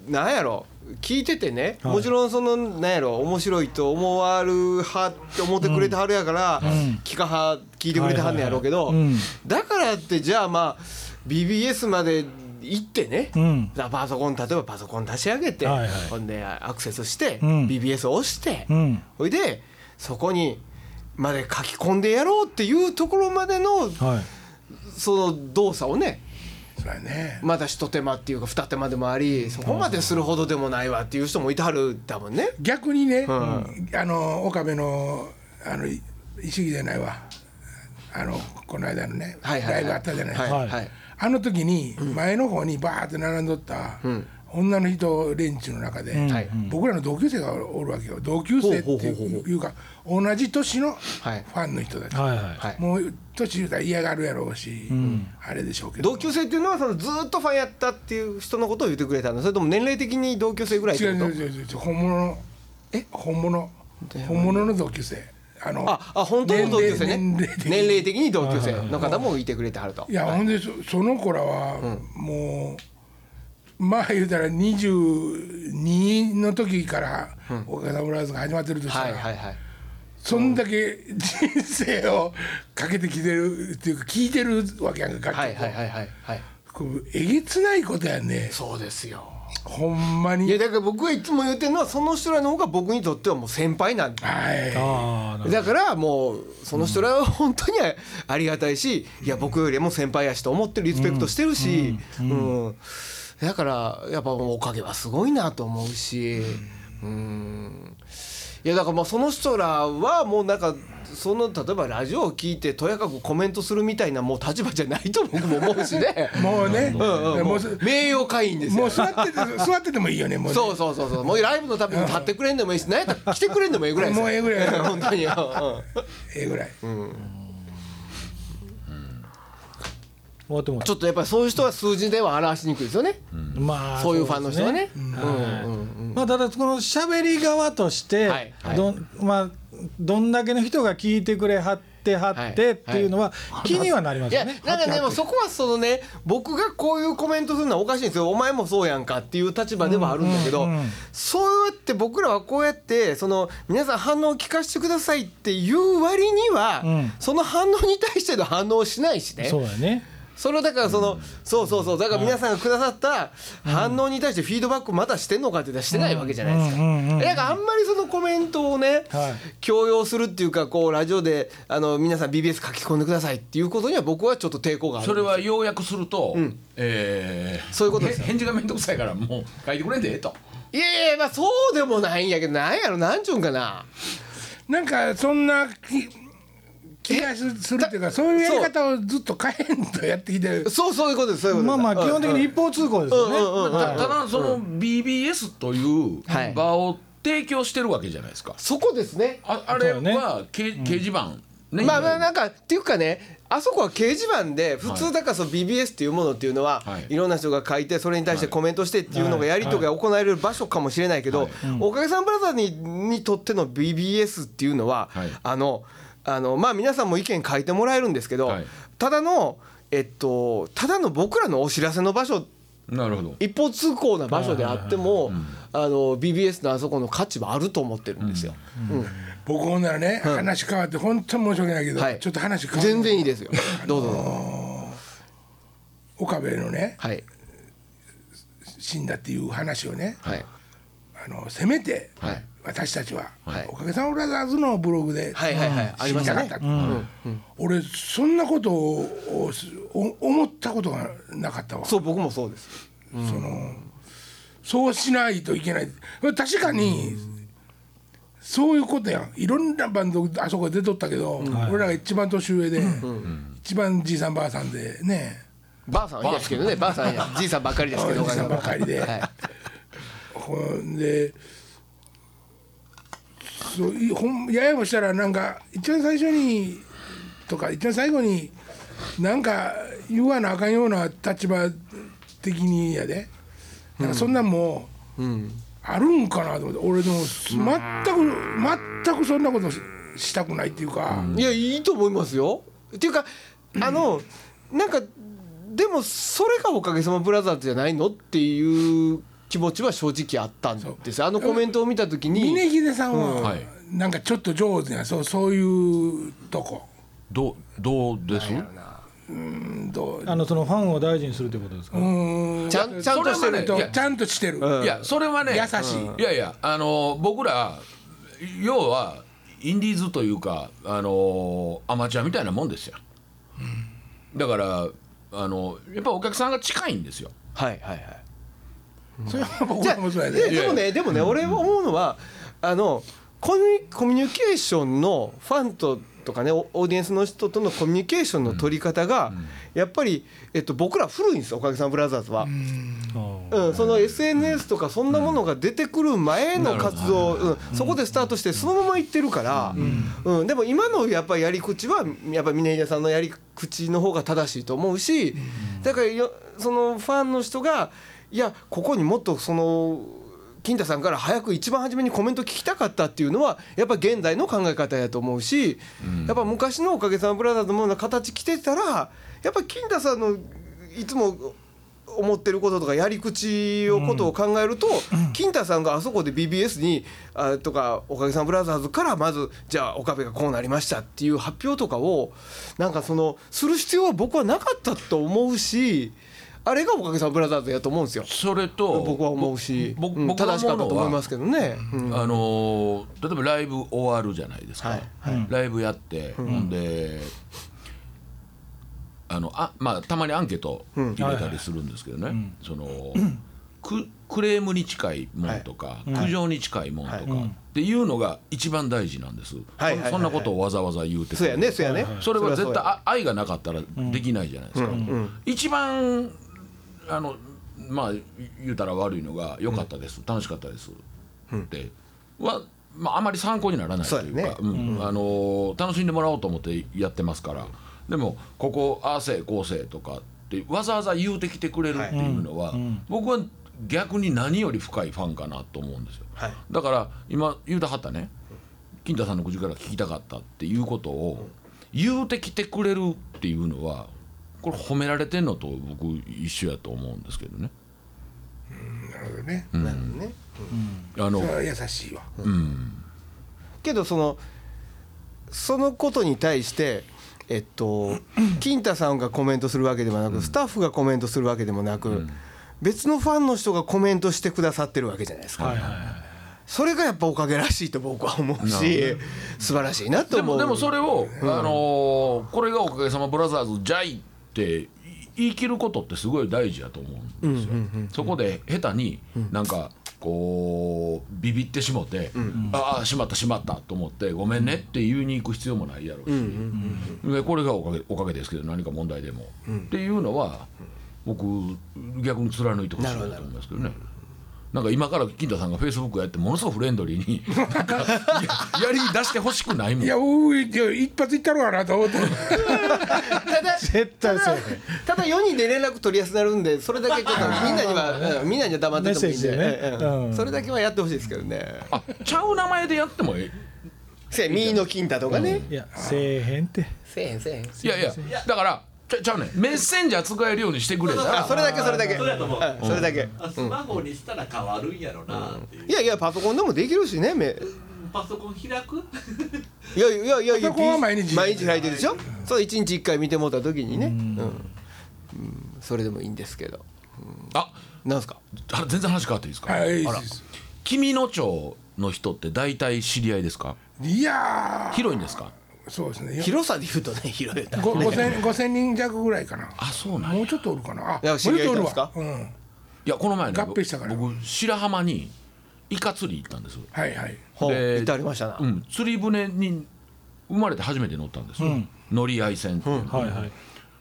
[SPEAKER 5] なんやろ聞いててね、
[SPEAKER 2] はい
[SPEAKER 5] もちろんそのなんやろ面白いと思わる派って思ってくれてはるやから、聞かは聞いてくれてはんねやろうけど、
[SPEAKER 2] はいはいはいうん
[SPEAKER 5] だからってじゃあまあ BBS まで行ってね、
[SPEAKER 2] うん
[SPEAKER 5] だからパソコン例えばパソコン立ち上げて、
[SPEAKER 2] はいはい
[SPEAKER 5] ほんでアクセスして、
[SPEAKER 2] うん
[SPEAKER 5] BBS を押して、
[SPEAKER 2] うん
[SPEAKER 5] ほいでそこにまで書き込んでやろうっていうところまでの
[SPEAKER 2] はい
[SPEAKER 5] その動作をね
[SPEAKER 1] それね
[SPEAKER 5] まだ一手間っていうか二手間でもありそこまでするほどでもないわっていう人もいてはるだもんね。
[SPEAKER 1] 逆にね、
[SPEAKER 5] ん
[SPEAKER 1] あの岡部のあのい石木じゃないわあのこの間のね、
[SPEAKER 5] はいはいは
[SPEAKER 1] ラ
[SPEAKER 5] い
[SPEAKER 1] イブあったじゃないですか、
[SPEAKER 5] はいは
[SPEAKER 2] はい
[SPEAKER 1] あの時に前の方にバーって並んどった
[SPEAKER 5] ん
[SPEAKER 1] 女の人連中の中で、
[SPEAKER 5] はい
[SPEAKER 1] 僕らの同級生がおるわけよ同級生って
[SPEAKER 5] ほうほうほうほう
[SPEAKER 1] いうか同じ年のフ
[SPEAKER 5] はい
[SPEAKER 1] ァンの人たち、
[SPEAKER 2] はいはい
[SPEAKER 5] はい
[SPEAKER 1] もう年言うたら嫌がるやろうし、あれでしょうけど
[SPEAKER 5] 同級生っていうのはそのずっとファンやったっていう人のことを言ってくれたのそれとも年齢的に同級生ぐらいって
[SPEAKER 1] 違う
[SPEAKER 5] こ
[SPEAKER 1] 違う違う違う本物の
[SPEAKER 5] え
[SPEAKER 1] 本物本物の同級生あの
[SPEAKER 5] とああ本当の同級生ね
[SPEAKER 1] 年齢的に
[SPEAKER 5] 年齢的に同級生の方もいてくれてはると
[SPEAKER 1] いや、ほんでそその子らはもう、まあ言うたら22の時から「岡田ブラザーズ」が始まってるとした
[SPEAKER 5] はい
[SPEAKER 1] ら、
[SPEAKER 5] はいはい
[SPEAKER 1] そんだけ人生をかけてきてるっていうか聞いてるわけやんか楽曲を
[SPEAKER 5] はいはいはいはいはい
[SPEAKER 1] こうえげつないことやね
[SPEAKER 5] そうですよ
[SPEAKER 1] ほんま
[SPEAKER 5] い
[SPEAKER 1] に
[SPEAKER 5] やだから僕がいつも言ってるのはその人らの方が僕にとってはもう先輩なんだ
[SPEAKER 1] は
[SPEAKER 2] ああなる
[SPEAKER 5] だからもうその人らは本当にありがたいし、いや僕よりも先輩やしと思ってるリスペクトしてるし、うんだからやっぱもうおかげはすごいなと思うし、うんいやだからまあその人らはもうなんかその例えばラジオを聞いてとやかくコメントするみたいなもう立場じゃないと僕も思うしね
[SPEAKER 1] い。もうね、
[SPEAKER 5] うんうん
[SPEAKER 1] も
[SPEAKER 5] も
[SPEAKER 1] う
[SPEAKER 5] う名誉会員ですよ
[SPEAKER 1] もう座ってて座っててもいいよねもうね
[SPEAKER 5] そうそうそうそうもうライブのために立ってくれんでもいいし何やったら来てくれんでもいいぐらいですよ
[SPEAKER 1] もうええぐらい
[SPEAKER 5] 本当に、う
[SPEAKER 1] え
[SPEAKER 5] ん
[SPEAKER 1] えぐらい、
[SPEAKER 2] 終わっても
[SPEAKER 5] ちょっとやっぱりそういう人は数字では表しにくいですよね、
[SPEAKER 2] まあ
[SPEAKER 5] そういうファンの人はね。うん
[SPEAKER 2] まあ、ただこの喋り側として、
[SPEAKER 5] はいはい
[SPEAKER 2] どんまあ、どんだけの人が聞いてくれはってはってっていうのは気にはなりま
[SPEAKER 5] い
[SPEAKER 2] す
[SPEAKER 5] や
[SPEAKER 2] よ
[SPEAKER 5] なん
[SPEAKER 2] ね。
[SPEAKER 5] かでもそこはそのね僕がこういうコメントするのはおかしいんですよお前もそうやんかっていう立場ではあるんだけど、
[SPEAKER 2] うんうんうん
[SPEAKER 5] そうやって僕らはこうやってその皆さん反応を聞かせてくださいっていう割には、
[SPEAKER 2] うん
[SPEAKER 5] その反応に対しての反応をしないしね
[SPEAKER 2] そうだね。
[SPEAKER 5] それをだからその、そうそうそうだから皆さんがくださった反応に対してフィードバックまたしてんのかって言ったらしてないわけじゃないですか。
[SPEAKER 2] うんうんうんうん
[SPEAKER 5] だからあんまりそのコメントをね、
[SPEAKER 2] はい
[SPEAKER 5] 強要するっていうかこうラジオであの皆さん BBS 書き込んでくださいっていうことには僕はちょっと抵抗がある
[SPEAKER 3] それは要約すると、えー
[SPEAKER 5] そういうことですよ
[SPEAKER 3] へ返事が面倒くさいからもう書いてくれんでええと
[SPEAKER 5] いやいやまあそうでもないんやけどなんやろなんちゅうんかな
[SPEAKER 1] なんかそんな気気がすするっていうかそういうやり方をずっと変えんとやってきてる
[SPEAKER 5] そうそういうことですそういうこと
[SPEAKER 2] まあまあ基本的に
[SPEAKER 5] に
[SPEAKER 2] 一方通行ですよね。
[SPEAKER 5] うんうんうんうん
[SPEAKER 3] たただその BBS という
[SPEAKER 5] はい
[SPEAKER 3] 場を提供してるわけじゃないですか、
[SPEAKER 5] そこですね
[SPEAKER 3] ああれ
[SPEAKER 2] そうね
[SPEAKER 3] はけ掲示板、ね
[SPEAKER 5] まあまあなんかっていうかねあそこは掲示板で普通だからその BBS っていうものっていうのは
[SPEAKER 3] はい
[SPEAKER 5] いろんな人が書いてそれに対してコメントしてっていうのがやりとりが行われる場所かもしれないけど「おかげさんブラザーに」にとっての BBS っていうのは
[SPEAKER 3] はい
[SPEAKER 5] あのあのまあ皆さんも意見書いてもらえるんですけど
[SPEAKER 3] はい
[SPEAKER 5] ただのえっとただの僕らのお知らせの場所
[SPEAKER 3] なるほど
[SPEAKER 5] 一方通行な場所であってもあの BBS のあそこの価値はあると思ってるんですよ。うん
[SPEAKER 1] 僕ほんならね、話変わって本当に申し訳ないけど、
[SPEAKER 5] はい
[SPEAKER 1] ちょっと話変わって
[SPEAKER 5] 全然いいですよ。どうぞどうぞ。
[SPEAKER 1] 岡部のね
[SPEAKER 5] はい
[SPEAKER 1] 死んだっていう話をね
[SPEAKER 5] はい
[SPEAKER 1] あのせめて、
[SPEAKER 5] はい
[SPEAKER 1] 私たちは、
[SPEAKER 5] はい
[SPEAKER 1] おかげさんブラザーズのブログで
[SPEAKER 5] はいはいはい、あ
[SPEAKER 1] 死
[SPEAKER 5] りま
[SPEAKER 1] に
[SPEAKER 5] したた
[SPEAKER 1] かっ
[SPEAKER 5] ね
[SPEAKER 1] た。俺そんなことをお思ったことがなかったわ
[SPEAKER 5] そう僕もそうです。
[SPEAKER 1] そうしないといけない確かに、そういうことやんいろんなバンドあそこで出とったけど、俺らが一番年上で、一番じいさんばあさんでね
[SPEAKER 5] ばあさんはいないですけどね、ばあさんはいない、じいさんばっかりですけど、
[SPEAKER 1] おじいさん ばっかりで
[SPEAKER 5] はい、
[SPEAKER 1] ほんでそういほんややもしたらなんか一番最初にとか一番最後になんか言わなあかんような立場的にやでなんかそんなんもう、
[SPEAKER 5] うん、
[SPEAKER 1] あるんかなと思って俺でも全く全くそんなことししたくないっていうか、
[SPEAKER 5] いやいいと思いますよっていうかあのなんかでもそれがおかげさまブラザーズじゃないのっていう気持ちは正直あったんですよあのコメントを見た時
[SPEAKER 1] 峰
[SPEAKER 5] に
[SPEAKER 1] 秀さん
[SPEAKER 3] んはい
[SPEAKER 1] はなんかちょっと上手やそうそういうとこ
[SPEAKER 3] どうどうです
[SPEAKER 1] うんどう
[SPEAKER 2] あのそのファンを大事にするということですか、
[SPEAKER 1] うん
[SPEAKER 5] ちゃんちゃんとして
[SPEAKER 3] それま
[SPEAKER 5] る
[SPEAKER 3] で
[SPEAKER 1] と
[SPEAKER 3] いや
[SPEAKER 1] ちゃんとしてる、
[SPEAKER 5] うん
[SPEAKER 3] いやそれはね
[SPEAKER 1] 優しい
[SPEAKER 3] いやいやあの僕ら要はインディーズというかあのアマチュアみたいなもんですよ、だからあのやっぱお客さんが近いんですよ
[SPEAKER 5] はいはいはい
[SPEAKER 1] それは僕
[SPEAKER 5] じゃ
[SPEAKER 1] ら
[SPEAKER 5] あ
[SPEAKER 1] もそうや
[SPEAKER 5] で
[SPEAKER 1] で、
[SPEAKER 5] でもねでもね俺思うのはあのコミュコミュニケーションのファンととかねオオーディエンスの人とのコミュニケーションの取り方が、やっぱり、えっと、僕ら古いんですよおかげさんブラザーズは。うん、その SNS とかそんなものが出てくる前の活動、うんそこでスタートしてそのまま行ってるから、うんでも今のやっぱりやり口はやっぱ峰秀さんのやり口の方が正しいと思うし、だからよそのファンの人がいやここにもっとその金太さんから早く一番初めにコメント聞きたかったっていうのはやっぱ現代の考え方やと思うし、やっぱ昔の「おかげさまブラザーズ」のような形来てたらやっぱ金太さんのいつも思ってることとかやり口をことを考えると、金太さんがあそこで BBS にあとか「おかげさんブラザーズ」からまずじゃあ岡部がこうなりましたっていう発表とかをなんかそのする必要は僕はなかったと思うしあれが「おかげさんブラザーズ」やと思うんですよ。
[SPEAKER 3] それと
[SPEAKER 5] 僕は思うし、
[SPEAKER 3] ぼ僕
[SPEAKER 5] うん
[SPEAKER 3] 僕が
[SPEAKER 5] 正しかったと思いますけどね。うん
[SPEAKER 3] あのー例えばライブ終わるじゃないですか、
[SPEAKER 5] はい
[SPEAKER 3] ライブやって、ほんであのあ、まあ、たまにアンケート入れたりするんですけどね、そのくクレームに近いもんとか、苦情に近いもんとか、っていうのが一番大事なんです、
[SPEAKER 5] はいはいはい
[SPEAKER 3] そんなことをわざわざ言うてく
[SPEAKER 5] そう
[SPEAKER 3] る
[SPEAKER 5] やね、そうやね。
[SPEAKER 3] それは絶
[SPEAKER 5] う
[SPEAKER 3] 対
[SPEAKER 5] や
[SPEAKER 3] あ愛がなかったらできないじゃないですか、一番あのまあ言うたら悪いのが「良かったです、楽しかったです」っては、まあ、あまり参考にならないというか
[SPEAKER 5] そうやね
[SPEAKER 3] うんあのー楽しんでもらおうと思ってやってますからでもここああせいこうせいとかってわざわざ言うてきてくれるっていうのは、僕は逆に何より深いファンかなと思うんですよ。
[SPEAKER 5] はい
[SPEAKER 3] だから今言うたはったね金田さんの口から聞きたかったっていうことを言うてきてくれるっていうのはこれ褒められてんのと僕一緒やと思うんですけどね。
[SPEAKER 1] なるほどね、
[SPEAKER 5] なるほどね。
[SPEAKER 3] あの
[SPEAKER 1] それは優しいわ、
[SPEAKER 5] けどそのそのことに対してえっ と金太さんがコメントするわけではなく、スタッフがコメントするわけでもなく、別のファンの人がコメントしてくださってるわけじゃないですか、
[SPEAKER 2] はいはい
[SPEAKER 5] それがやっぱおかげらしいと僕は思うし素晴らしいなと
[SPEAKER 3] で
[SPEAKER 5] 思
[SPEAKER 3] も
[SPEAKER 5] う
[SPEAKER 3] でもそれを、あのーこれが「おかげさまブラザーズじゃい」って言い切ることってすごい大事やと思うんですよ。そこで下手になんかこうビビってしもて「ああしまったしまった」と思って「ごめんね」って言いに行く必要もないやろうし、でこれがおかげおかげですけど何か問題でも、っていうのは僕逆に貫いてほしいなと思いますけどね。なんか今から金田さんがフェイスブックやってものすごくフレンドリーになん かややり出してほしくないもん
[SPEAKER 1] いやおいいや一発いったろかなと 思って
[SPEAKER 5] ただ
[SPEAKER 2] 絶対そうやね
[SPEAKER 5] ただ4人で連絡取りやすくなるんでそれだけちょっとみんな には、うんみんなには黙っててもいいんで、
[SPEAKER 2] メッセージでね
[SPEAKER 5] ええうん
[SPEAKER 2] うん
[SPEAKER 5] それだけはやってほしいですけどね
[SPEAKER 3] あちゃう名前でやってもえ
[SPEAKER 5] せやミーの金太とかね、
[SPEAKER 2] いやせえへんって
[SPEAKER 5] せえへんせえへん
[SPEAKER 3] えいやいやだからちゃちゃうねんメッセンジャー使えるようにしてくれた
[SPEAKER 5] あ
[SPEAKER 3] ら
[SPEAKER 5] それだけそれだけ
[SPEAKER 4] そうやと思うん
[SPEAKER 5] それだけ、
[SPEAKER 4] あスマホにしたら変わるんやろなっていう
[SPEAKER 5] いやいやパソコンでもできるしねめ
[SPEAKER 4] パソコン開く
[SPEAKER 5] いやいやいやいや
[SPEAKER 1] パソコンは毎日
[SPEAKER 5] 毎日開いてるでしょ、そう一日一回見てもらった時にねうん、うんそれでもいいんですけど
[SPEAKER 3] あ
[SPEAKER 5] なんすか
[SPEAKER 3] あ全然話変わっていいですか、
[SPEAKER 1] はいいい
[SPEAKER 3] あ
[SPEAKER 1] で
[SPEAKER 3] ら
[SPEAKER 1] す
[SPEAKER 3] 君の町の人って大体知り合いですか
[SPEAKER 1] いやー
[SPEAKER 3] 広いんですか
[SPEAKER 1] そうですね
[SPEAKER 5] 広さで言うとね広いよな
[SPEAKER 1] ご5000 5000人弱ぐらいかな
[SPEAKER 3] あそうなん
[SPEAKER 1] も
[SPEAKER 3] や
[SPEAKER 1] うちょっとおるかなあ
[SPEAKER 5] いや知り合いいたんですか
[SPEAKER 1] もうちょっとおるわうん
[SPEAKER 3] いやこの前ね
[SPEAKER 1] 合併したから
[SPEAKER 3] 僕白浜にイカ釣り行ったんです
[SPEAKER 1] はいはい
[SPEAKER 5] ほう
[SPEAKER 3] で
[SPEAKER 5] 言ってありましたな、
[SPEAKER 3] うん、釣り船に生まれて初めて乗ったんですよ、乗り合い船っていうの
[SPEAKER 2] はいはい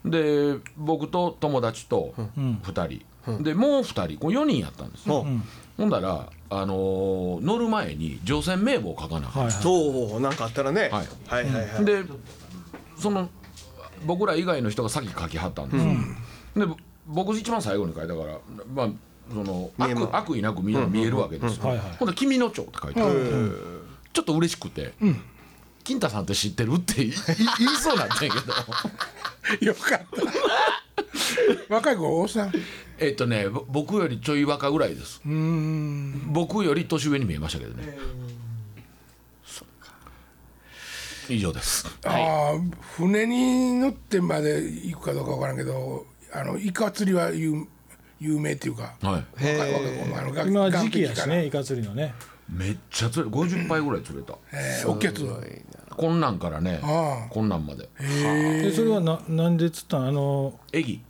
[SPEAKER 3] で僕と友達と2人、でもう2人こう4人やったんですよ、
[SPEAKER 5] ほう
[SPEAKER 3] ほんだら、あのー乗る前に乗船名簿を書かなあかっ
[SPEAKER 2] はい
[SPEAKER 5] そうなんかあったらね、
[SPEAKER 3] はい
[SPEAKER 5] はいはいはい
[SPEAKER 3] た、でその僕ら以外の人が先書きはったんですよ、で僕一番最後に書いたから、まあ、その
[SPEAKER 5] 見えま
[SPEAKER 3] 悪悪意なくみんな見えるわけですよ
[SPEAKER 2] うんうんうんはいはい
[SPEAKER 3] ほんで「君の蝶」って書いてあるちょっと嬉しくて「金太さんって知ってる?」って言い言いそうになったん やけど
[SPEAKER 1] よかった 若い子おっさん
[SPEAKER 3] えっとねぼ僕よりちょい若ぐらいです
[SPEAKER 1] うん
[SPEAKER 3] 僕より年上に見えましたけどね以上です
[SPEAKER 1] あー船に乗ってまで行くかどうかわからんけどあのイカ釣りは有有名っていうか
[SPEAKER 3] はい
[SPEAKER 1] 若い若い子あのが
[SPEAKER 2] 今は
[SPEAKER 1] 岸
[SPEAKER 2] 時期やし
[SPEAKER 1] から
[SPEAKER 2] ねイカ釣りのね
[SPEAKER 3] めっちゃ釣れ50杯ぐらい釣れた
[SPEAKER 1] えー、おっきいやつ
[SPEAKER 3] こんなんからね
[SPEAKER 1] ああ
[SPEAKER 3] こんなんまで
[SPEAKER 2] でそれはななんで釣ったんあの
[SPEAKER 3] エギ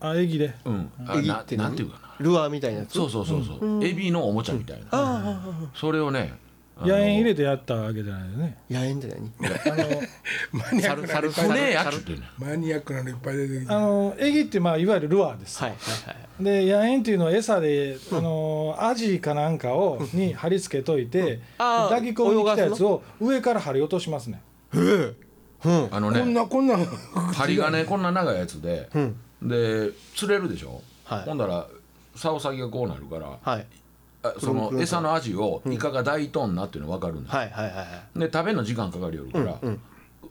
[SPEAKER 2] あエギで
[SPEAKER 3] うんあ
[SPEAKER 5] エギ
[SPEAKER 3] な
[SPEAKER 5] って
[SPEAKER 3] な
[SPEAKER 5] 何
[SPEAKER 3] んていうかな
[SPEAKER 5] ルアーみたいなやつ
[SPEAKER 3] そうそうそうそう、エビのおもちゃみたいな、それをねあの
[SPEAKER 2] 野縁入れてやったわけじゃないよね
[SPEAKER 5] 野猿って何
[SPEAKER 1] マニアックなのいっぱい
[SPEAKER 3] 船やっちゅってんねん
[SPEAKER 1] マニアックなのいっぱい出てきて
[SPEAKER 2] あのエギってまあいわゆるルアーです、
[SPEAKER 5] はいはいはい
[SPEAKER 2] で野猿っていうのは餌で、あのアジかなんかをに貼り付けといて、
[SPEAKER 5] あー
[SPEAKER 2] 抱き込みに来たやつを上から張り落としますね
[SPEAKER 3] あ
[SPEAKER 1] こん
[SPEAKER 3] のね
[SPEAKER 1] なこんなの
[SPEAKER 3] 針がねこんな長いやつで、で釣れるでしょ、
[SPEAKER 5] はい
[SPEAKER 3] ほんだら竿先がこうなるから、
[SPEAKER 5] はい
[SPEAKER 3] あその餌のアジをイカが大とんなっていうの分かるんです、
[SPEAKER 5] はいはいはいはい
[SPEAKER 3] で食べるの時間かかるよるから、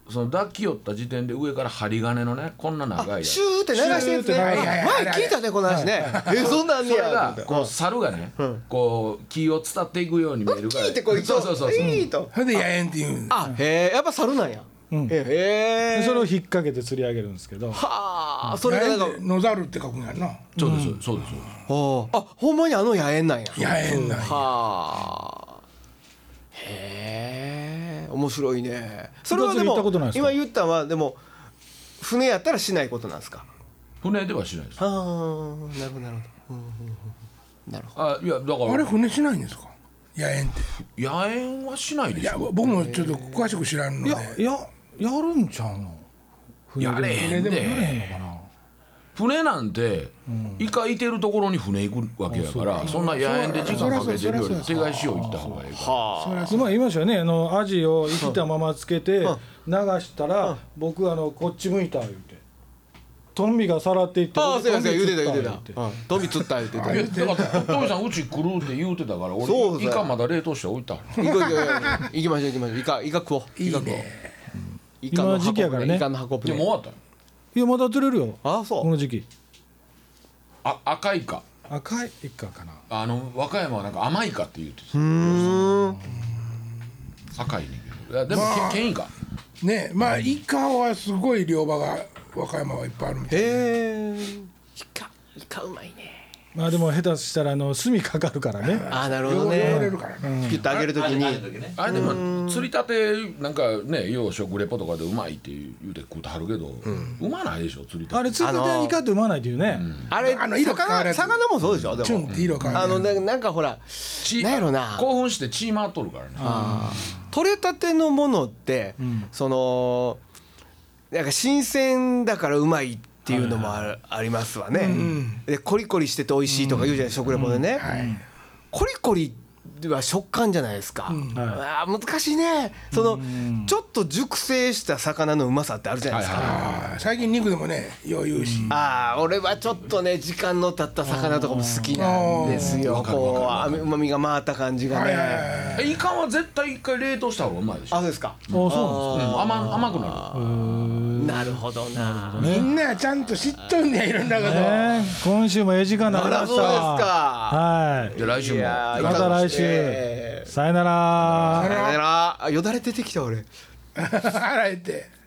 [SPEAKER 3] その抱き寄った時点で上から針金のねこんな長いやつ
[SPEAKER 5] シューって流してるやつ
[SPEAKER 2] シ
[SPEAKER 5] ね
[SPEAKER 2] ューって
[SPEAKER 1] 流して
[SPEAKER 5] あ前聞いたねこの話ねえそんなんね
[SPEAKER 3] それ
[SPEAKER 5] や
[SPEAKER 3] が
[SPEAKER 5] と思って
[SPEAKER 3] こう猿がね、こう木を伝っていくように見えるから
[SPEAKER 5] 聞いてこいつ
[SPEAKER 3] そうそうそうそう
[SPEAKER 5] いいと
[SPEAKER 1] それで野猿っていうん
[SPEAKER 5] あへえやっぱ猿なんや
[SPEAKER 2] ん
[SPEAKER 5] へ
[SPEAKER 2] で
[SPEAKER 5] え
[SPEAKER 2] それを引っ掛けて釣り上げるんですけど
[SPEAKER 5] はあそ
[SPEAKER 1] 野
[SPEAKER 5] れがなんか
[SPEAKER 1] 猿って野猿って書くんやんな
[SPEAKER 3] そうですそうですそうです
[SPEAKER 5] おーあほんまにあの野猿なんや
[SPEAKER 1] 野猿なんや
[SPEAKER 5] はあへえ面白いねそれはで
[SPEAKER 2] 部活で行ったことない
[SPEAKER 5] も
[SPEAKER 2] ですか
[SPEAKER 5] 今言ったのはでも船やったらしないことなんですか
[SPEAKER 3] 船ではしないです
[SPEAKER 5] ああなるほどなるほど、うんうんうん、なるほ
[SPEAKER 3] あいやだから
[SPEAKER 1] あれ船しないんですか野猿って
[SPEAKER 3] 野猿はしないで
[SPEAKER 1] い
[SPEAKER 3] し
[SPEAKER 1] や
[SPEAKER 3] ょ
[SPEAKER 1] 僕もちょっと詳しく知らんの
[SPEAKER 2] い
[SPEAKER 1] で
[SPEAKER 2] やいややるんちゃうの船
[SPEAKER 3] やれへんで
[SPEAKER 2] 船もやれへんのかな
[SPEAKER 3] 船なんてイカいてるところに船行くわけやからそんな野猿で時間かけてるより手返しを行った方がいいか
[SPEAKER 2] うまあ言いましたよねあのアジを生きたままつけて流したら僕あのこっち向いた言うてトンビがさらっていって
[SPEAKER 5] どああ
[SPEAKER 2] 僕
[SPEAKER 5] そうやそうや言うてた
[SPEAKER 2] トンビ釣った
[SPEAKER 5] 言うてたうん飛び釣った言うてた
[SPEAKER 3] らいやだからトミさんうち来るって言うてたから
[SPEAKER 5] そう
[SPEAKER 3] 俺
[SPEAKER 5] そう
[SPEAKER 3] イカまだ冷凍して置いたから
[SPEAKER 5] 行こう行こう行こう行きましょう行きましょうイカイカ食おうイカ食おうイカの
[SPEAKER 2] 今時期や
[SPEAKER 5] 箱
[SPEAKER 2] から
[SPEAKER 5] 舟
[SPEAKER 2] ね
[SPEAKER 5] イカの箱
[SPEAKER 3] で
[SPEAKER 5] 舟
[SPEAKER 3] も終わったよ
[SPEAKER 2] いやまだ釣れるよ
[SPEAKER 5] ああ
[SPEAKER 2] こ
[SPEAKER 5] そ
[SPEAKER 2] の
[SPEAKER 5] う
[SPEAKER 2] 時期
[SPEAKER 3] あ赤イカ
[SPEAKER 2] 赤いイカかな
[SPEAKER 3] あの和歌山はなんか甘いかって言うて
[SPEAKER 5] うーん
[SPEAKER 3] た赤いねんけどいやでもけケンイカ
[SPEAKER 1] ねまあイカはすごい漁場が和歌山はいっぱいあるみたい
[SPEAKER 5] へえイカイカうまいね
[SPEAKER 2] まあでも下手したらあの炭かかるから ね
[SPEAKER 5] ああなるほ
[SPEAKER 1] 汚
[SPEAKER 5] ど
[SPEAKER 1] れ
[SPEAKER 5] ね
[SPEAKER 1] るからね
[SPEAKER 5] ピュッと揚げるとき
[SPEAKER 4] あれ
[SPEAKER 5] に
[SPEAKER 4] だけね
[SPEAKER 3] あれでも釣りたてなんかねよう食レポとかでうまいって言うて食うてはるけどうまないでしょ釣りた
[SPEAKER 2] あ
[SPEAKER 3] て
[SPEAKER 2] れ釣りたてイカって産まないっていうね
[SPEAKER 5] あれ
[SPEAKER 1] あの色変わる
[SPEAKER 5] 魚
[SPEAKER 1] やつ
[SPEAKER 5] 魚もそうでしょで
[SPEAKER 1] チュ
[SPEAKER 5] も
[SPEAKER 1] ンって色変わ
[SPEAKER 5] あ
[SPEAKER 1] るや
[SPEAKER 5] の
[SPEAKER 1] ん
[SPEAKER 5] ななんかほら
[SPEAKER 3] 血
[SPEAKER 5] なんやろな
[SPEAKER 3] 興奮して血回っとるからね
[SPEAKER 5] 取れたてのものって、そのなんか新鮮だからうまいっていうのもあるありますわね、でコリコリしてて美味しいとか言うじゃない、食レポでね、コリコリは食感じゃないですか、あー難しいねその、ちょっと熟成した魚のうまさってあるじゃないですか、
[SPEAKER 1] あー最近肉でもね余裕し
[SPEAKER 5] ああ俺はちょっとね時間の経った魚とかも好きなんですよこううまみが回った感じが
[SPEAKER 1] はい
[SPEAKER 5] ね、
[SPEAKER 1] はいはい
[SPEAKER 3] えイカは絶対一回冷凍した方がうまいでしょ
[SPEAKER 5] あそうですか
[SPEAKER 2] あそ
[SPEAKER 3] うん甘甘くなる
[SPEAKER 5] なるほどな
[SPEAKER 2] うなんです
[SPEAKER 1] み
[SPEAKER 2] ね
[SPEAKER 1] んなちゃんと知っとんねいろんなこと、
[SPEAKER 2] ね今週もええ時間になりました
[SPEAKER 5] あらそうですか
[SPEAKER 2] はい
[SPEAKER 3] で来週も
[SPEAKER 5] やー
[SPEAKER 2] また来週
[SPEAKER 5] え
[SPEAKER 2] さよなら
[SPEAKER 5] あよだれ出てきた俺
[SPEAKER 1] 洗えて。